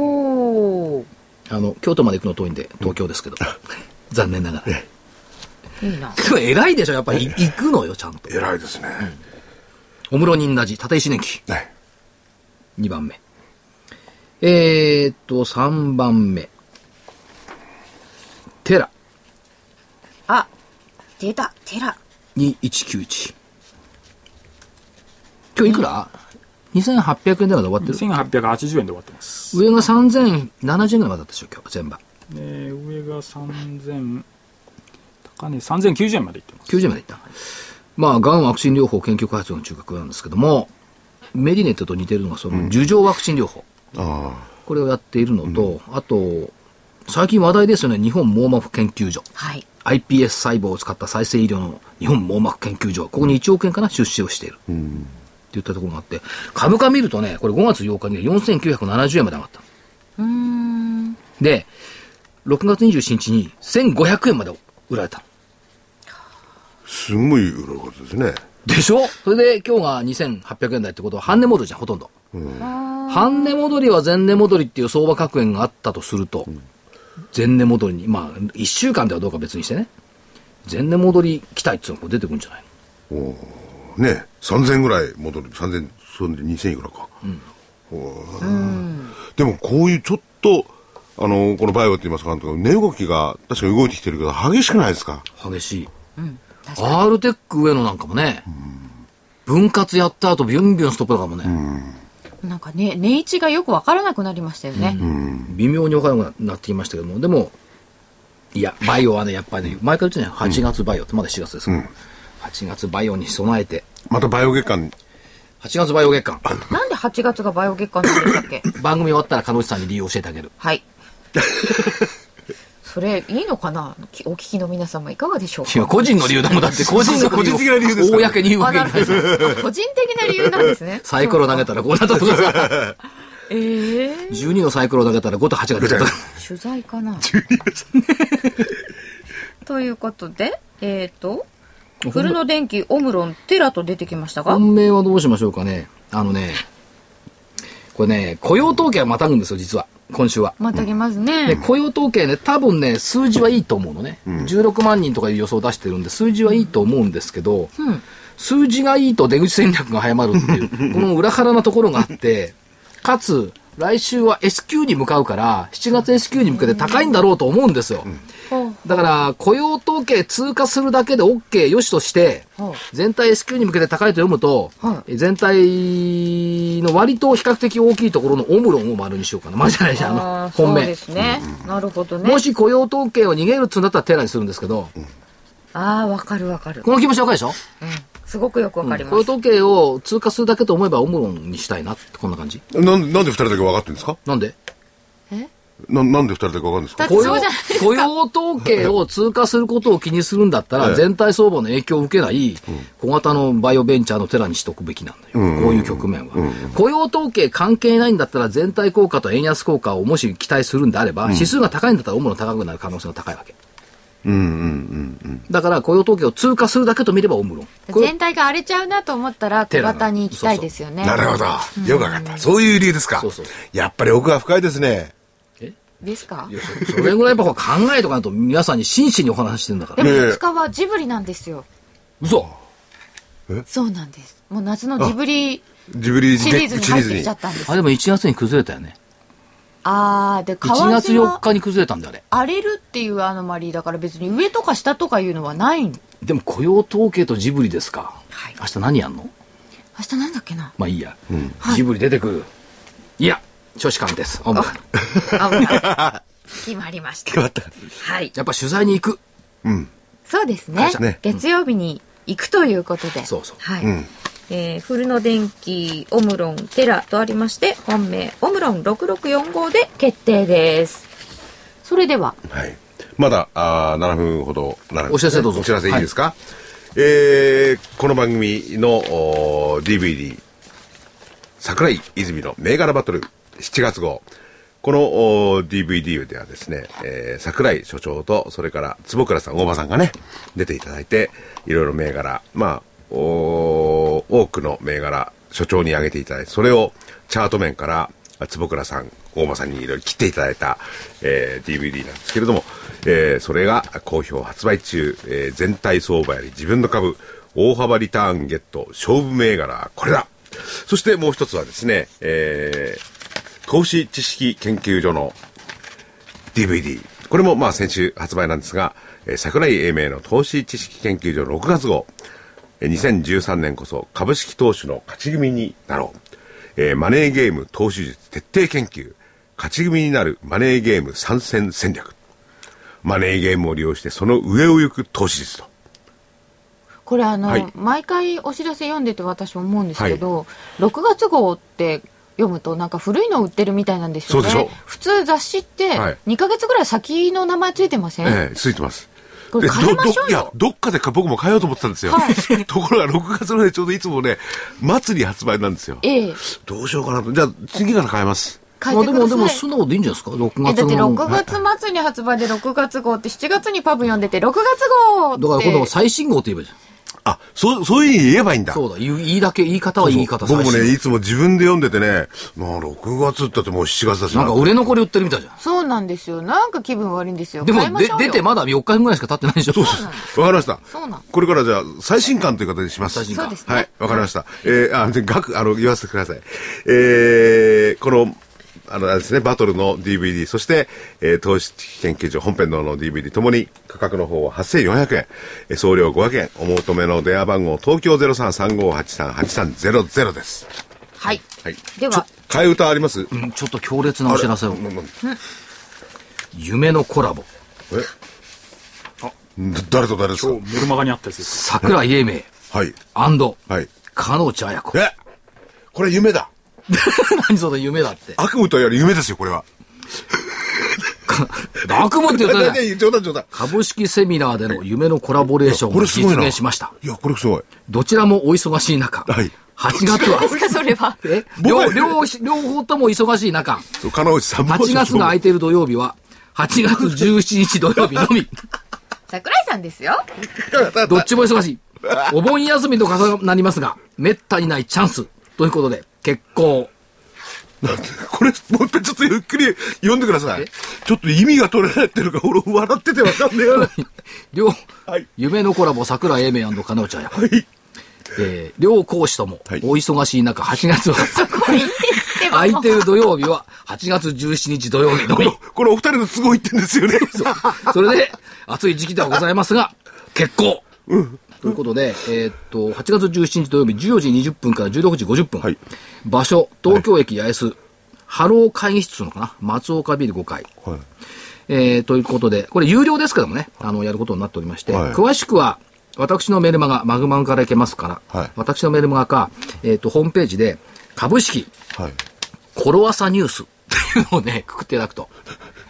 お
あの、京都まで行くの遠いんで、東京ですけど。残念ながら。
いいな
でも偉いでしょ、やっぱり行くのよ、ちゃんと。
偉いですね。
お室に同じ、立石年期、
ね
2番目。えーっと、3番目。テラ
あ出たテラ
2191。今日いくら ?2800 円台まで終わってる。
1880円で終わってます、
上が3070円ぐらいまでだったでしょ、今日、全部。
えー上が3000高値3090円までいってます
90までいった。まあ、がんワクチン療法研究開発の中核なんですけども、メディネットと似てるのが、その、樹状ワクチン療法。
あ
これをやっているのと、あと、最近話題ですよね、日本網膜研究所。
はい。
iPS 細胞を使った再生医療の日本網膜研究所。ここに1億円かな出資をしている。って言ったところがあって、株価見るとね、これ5月8日には4970円まで上がった。で、6月27日に1500円まで売られた。
あ。すごい売ることですね。
でしょそれで今日が2800円台ってことは半値戻りじゃん、ほとんど。半値戻りは前値戻りっていう相場格言があったとすると、前値戻りに、まあ、1週間ではどうか別にしてね、前値戻り期待っていうのがこう出てくるんじゃないの
ね3000ぐらい戻る3000そんで2000いくらか、おーでもこういうちょっとあの、このバイオって言いますか、値動きが確かに動いてきてるけど、激しくないですか。
激しい。
確かに
R テック上野なんかもね、分割やった後ビュンビュンストップだからもね、
なんかね、値位置がよくわからなくなりましたよね。
微妙におかよくなってきましたけども、でも、いや、バイオはね、やっぱりね、前から言ってたじゃない、8月バイオって、まだ7月ですから、8月バイオに備えて、
またバイオ月間、
8月バイオ [laughs] 月間、
なんで8月がバイオ月間なんでしたっ
[laughs]
け
番組終わったら、鹿野内さんに理由を教えてあげる。
はい。それ、いいのかなきお聞きの皆様いかがでしょう
い
か
や、個人の理由だもんだって、個人の
個人的な理由ですから
公に言うわ
あ
け
な
に
る
いかない。
ほど個人的な理由なんですね。
[laughs] サイコロ投げたら5だったことさ、
えー、
12のサイコロ投げたら5と8が出ちゃった。
取材
[laughs]
かなということで、えっ、と、フルの電気、オムロン、テラと出てきましたが、
本命はどうしましょうかね。あのね、これね、雇用統計はまたぐんですよ、実は。今週は。
またげます
で、
ね。
雇用統計ね、多分ね、数字はいいと思うのね。16万人とかいう予想を出してるんで、数字はいいと思うんですけど、
うん。
数字がいいと出口戦略が早まるって
[laughs]
いう、この裏腹なところがあって、かつ、来週は S q に向かうから、7月 S q に向けて高いんだろうと思うんですよ。
ほう
だから、雇用統計通過するだけで OK よしとして
はあ、
全体 S q に向けて高いと読むと
は、い
全体の割と比較的大きいところのオムロンを丸にしようかな。丸じゃないじゃん、あ
あ
の、
ーそ
本
う
命
で。すね。なるほどね
も。し雇用統計を逃げるっつうんだったらテラにするんですけど、
ああ、わかるわかる。
この気持ちわかるでしょ
すごくよくわかりま
雇用
す。
統計を通過するだけと思えばオムロンにしたいなって、こんな感じ。
なんなんで二人だけ分かってるんですか
なんで
ななんで二人だけ分かるんですか
だって
雇
そ
用
うじゃないですか
雇用統計を通過することを気にするんだった
え
ら、
え
全体相場の影響を受けない小型のバイオベンチャーのテラにしとくべきなんだよ、こういう局面は。雇用統計関係ないんだったら、全体効果と円安効果をもし期待するんであれば、指数が高いんだったら、主の高くなる可能性が高いわけ。だから雇用統計を通過するだけと見ればオムロン。これ
全体が荒れちゃうなと思ったら、小型に行きたいですよね。
なるほど。よく分かった。そういう理由ですか
そうそうそ。
やっぱり奥が深いですね。
ですか
いやそそれぐらいやっぱこう考えとかないと皆さんに真摯にお話ししてるんだか
で
ら。
も、
ねえ
5日はジブリなんですよ。
嘘
そうなんです。もう夏のジブリ
ジブリで
シリーズに
シ
入ってきちゃったんです
あ、。でも1月に崩れたよね。
あー、で、為
1月
替
4
は
日に崩れたんだよ、あれ。
荒れるっていうアノマリーだから別に上とか下とかいうのはないん
でも雇用統計とジブリですか、
はい
明日何やんの
明日なんだっけな
まあいいや、ジブリ出てくるいや少子館ですあ
あ危ない [laughs] 決まりました。はい。
やっぱ取材に行く
[laughs] そうですね
会社ね。
月曜日に行くということで。
そうそう
はい。えー、フルの電気、オムロン、テラとありまして、本命、オムロン6645で決定です。それでは、
はい。まだ、あー7分ほど並んでますね、
お知らせどうぞ
お知らせいいですか、えーこの番組のおー DVD、桜井泉の銘柄バトル7月号。このおー DVD ではですね、えー桜井所長と、それから坪倉さん、大場さんがね、出ていただいて、いろいろ銘柄、まあ、おー多くの銘柄、所長に挙げていただいて、それをチャート面から、あ坪倉さん、大場さんにいろいろ切っていただいた、えー DVD なんですけれども、えーそれが好評発売中、えー全体相場より自分の株、大幅リターンゲット、勝負銘柄、これだそしてもう一つはですね、えー投資知識研究所の DVD。これもまあ先週発売なんですが、えー桜井英明の投資知識研究所6月号。えー2013年こそ株式投資の勝ち組になろう。えーマネーゲーム投資術徹底研究。勝ち組になるマネーゲーム参戦戦略。マネーゲームを利用してその上を行く投資術と。
これあの、
はい
毎回お知らせ読んでて私思うんですけど、6月号って読むとなんか古いの売ってるみたいなんですよね。
そうでしょ
普通雑誌って
はい
2ヶ月ぐらい先の名前ついてません、
ええついてます。
これ
で
変えましょうよ
どどいや、どっかでか僕も変えようと思ってたんですよ。
は
ところが6月のね、ちょうどいつもね、末に発売なんですよ。
ええ。
どうしようかなと。じゃあ、次から変えます。
変
ま
え
あ
て
で
くだ
もで
さい。
も素直でいいんじゃないですか6月
えだって
の
6月末に発売で6月号って7月にパブ読んでて6月号って
だから今度は最新号って言えばいいじゃん
あ、そう、そういうふうに言えばいいんだ。
そうだ言う言いだけ言い方は言い方
僕も
最
ね、
新
いつも自分で読んでてね、まあ、6月って言ってもう7月だし
なんか売れ残り売ってるみたいじゃ
そうなんですよ。なんか気分悪いんですよ。
んで
変え
も
まし
で
ょうよ
出てまだ4日ぐらいしか経ってないでしょそうです
わかりました。
そうなん
これからじゃあ、最新刊という形にします。
最新
そう
刊
ですね。
はい、わかりました。えー、あ、で、額、あの、言わせてください。えー、この、あのあれですね、バトルの DVD、そして、えー投資知識研究所本編のの DVD ともに価格の方は8400円、えー送料500円、お求めの電話番号、東京0335838300です。
はい。
はい。
では
ちょ、替え歌あります
うんちょっと強烈なお知らせを
あれ。うんうん
夢のコラボ。
えん誰と誰ですか
今日メルマガにあったやつです。
桜井英明
はい。はい。
加納茶彩子。
えこれ夢だ。
[laughs] 何その夢だって。
悪夢というより夢ですよ、これは。
悪夢って言ったらね、
いやいや冗談冗談。
株式セミナーでの夢のコラボレーション
こ
を
れすごい
実
な。
現しました。
いや、これすごい。
どちらもお忙しい中、
はい
8月は、
[laughs]
[laughs]
ですか、それは。
え
僕は
両両し両方とも忙しい中、
そう金内さんも。
8月が空いている土曜日は、8月17日土曜日の
[laughs]
み、
桜井さんですよ。
どっちも忙しい。お盆休みと重なりますが、めったにないチャンス。ということで、結婚。
これ、もう一回ちょっとゆっくり読んでください。ちょっと意味が取れないってるから、俺笑っててわかんねえよ。
両、
はい
夢のコラボ桜英明加納茶や、えー両講師とも
はい
お忙しい中、8月は、空いてる土曜日は8月17日土曜日のみ。
[laughs] これお二人の都合言ってんですよね。
それで、暑い時期ではございますが、結構ということで、えーっと、8月17日土曜日14時20分から16時50分。
はい
場所、東京駅八重洲、ハロー会議室のかな松岡ビル5階。
はい
えーということで、これ有料ですけどもね、あの、やることになっておりまして、
はい
詳しくは、私のメルマガ、マグマンからいけますから、
はい
私のメルマガか、えーっと、ホームページで、株式、
はい。
コロワサニュースっていうのをね、くくっていただくと、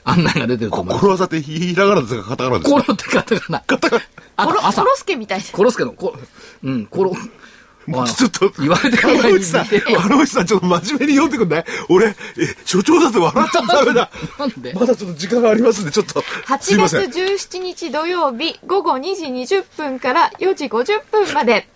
案内が出てると思います。
心技ってひらがなですか、カタカナです
コ
か
ロってカタカナ。あ
コロ、
と朝
コ。ロスケみたいです。
コロスケの、コロ、うん、コロ。まあ
ちょっと、
言われて
金
ない
内さん、金内さん、ちょっと真面目に読んでくんない俺、え所長だって笑っちゃダ
[laughs]
メだ。
なんで
まだちょっと時間がありますんで、ちょっと。すい
8
ま
月
せん。
17日土曜日午後2時20分から4時50分まで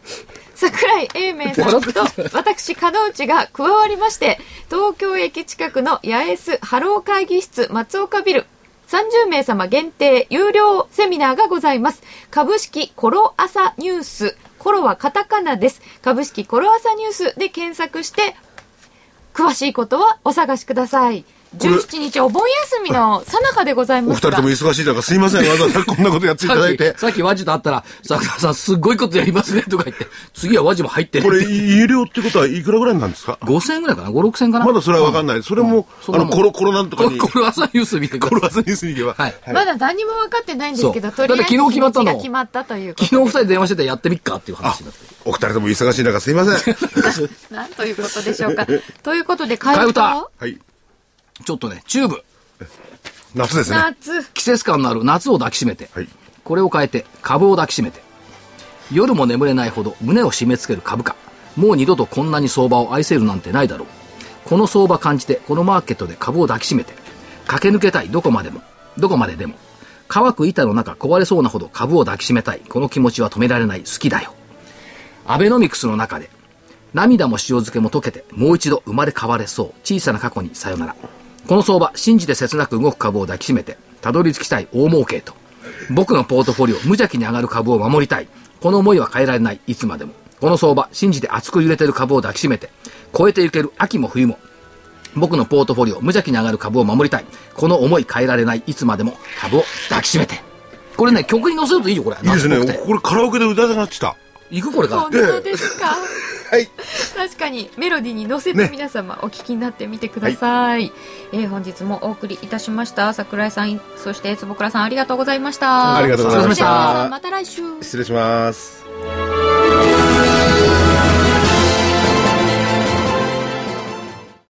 桜井英明さんと私加納内が加わりまして東京駅近くの八重洲ハロー会議室松岡ビル30名様限定有料セミナーがございます株式コロ朝ニュースコロはカタカナです株式コロ朝ニュースで検索して詳しいことはお探しください17日お盆休みの最中でござい
お
ま
二
すが
人とも忙しい中、すいません。わざわざこんなことやっていただい
さってき、。さっき和紙と会ったら、桜田さんすごいことやりますねとか言って、次は和紙も入って
こ
る
れ、
って。
有料ってことはいくらぐらいなんですか
5000円ぐらいかな ?5、6000円かな
まだそれはわかんない。それも、
そん
あ
な
の、
もん
コロコロなんとか
こ
に、
れ、これ朝ニュース見てく
コ
だ
ロ
さい。
朝ニュースに行けば。
はい。
まだ何も分かってないんですけど、
そ
と
う
りあえず
だって昨日決まったの
日にちが決まったというこ
昨日二人電話しててやってみっかっていう話になって。
お二人とも忙しい中、すいま
[laughs]
せん。
と。なんということでしょうか。ということで、
替
替
え
え
歌
歌
はい。
ちょっとね、チューブ、
夏ですね。
夏。
季節感のある夏を抱きしめて、
はい。
これを変えて株を抱きしめて夜も眠れないほど胸を締め付ける株価もう二度とこんなに相場を愛せるなんてないだろうこの相場感じてこのマーケットで株を抱きしめて駆け抜けたいどこまでもどこまででも乾く板の中壊れそうなほど株を抱きしめたいこの気持ちは止められない好きだよアベノミクスの中で涙も塩漬けも溶けてもう一度生まれ変われそう小さな過去にさよならこの相場信じて切なく動く株を抱きしめてたどり着きたい大儲けへと僕のポートフォリオ無邪気に上がる株を守りたいこの思いは変えられないいつまでもこの相場信じて熱く揺れてる株を抱きしめて超えていける秋も冬も僕のポートフォリオ無邪気に上がる株を守りたいこの思い変えられないいつまでも株を抱きしめてこれね曲に乗せるといいよこれ
いいですね。
夏っぽくて
これカラオケで歌いたくなってきた。
行くこれから
本当ですか。
はい。
確かにメロディーに乗せて
ね
皆様お聞きになってみてください。えー本日もお送りいたしました。桜井さん、そして坪倉さんありがとうございました。
ありがとうございました
それでは皆さんまた来週。
失礼します。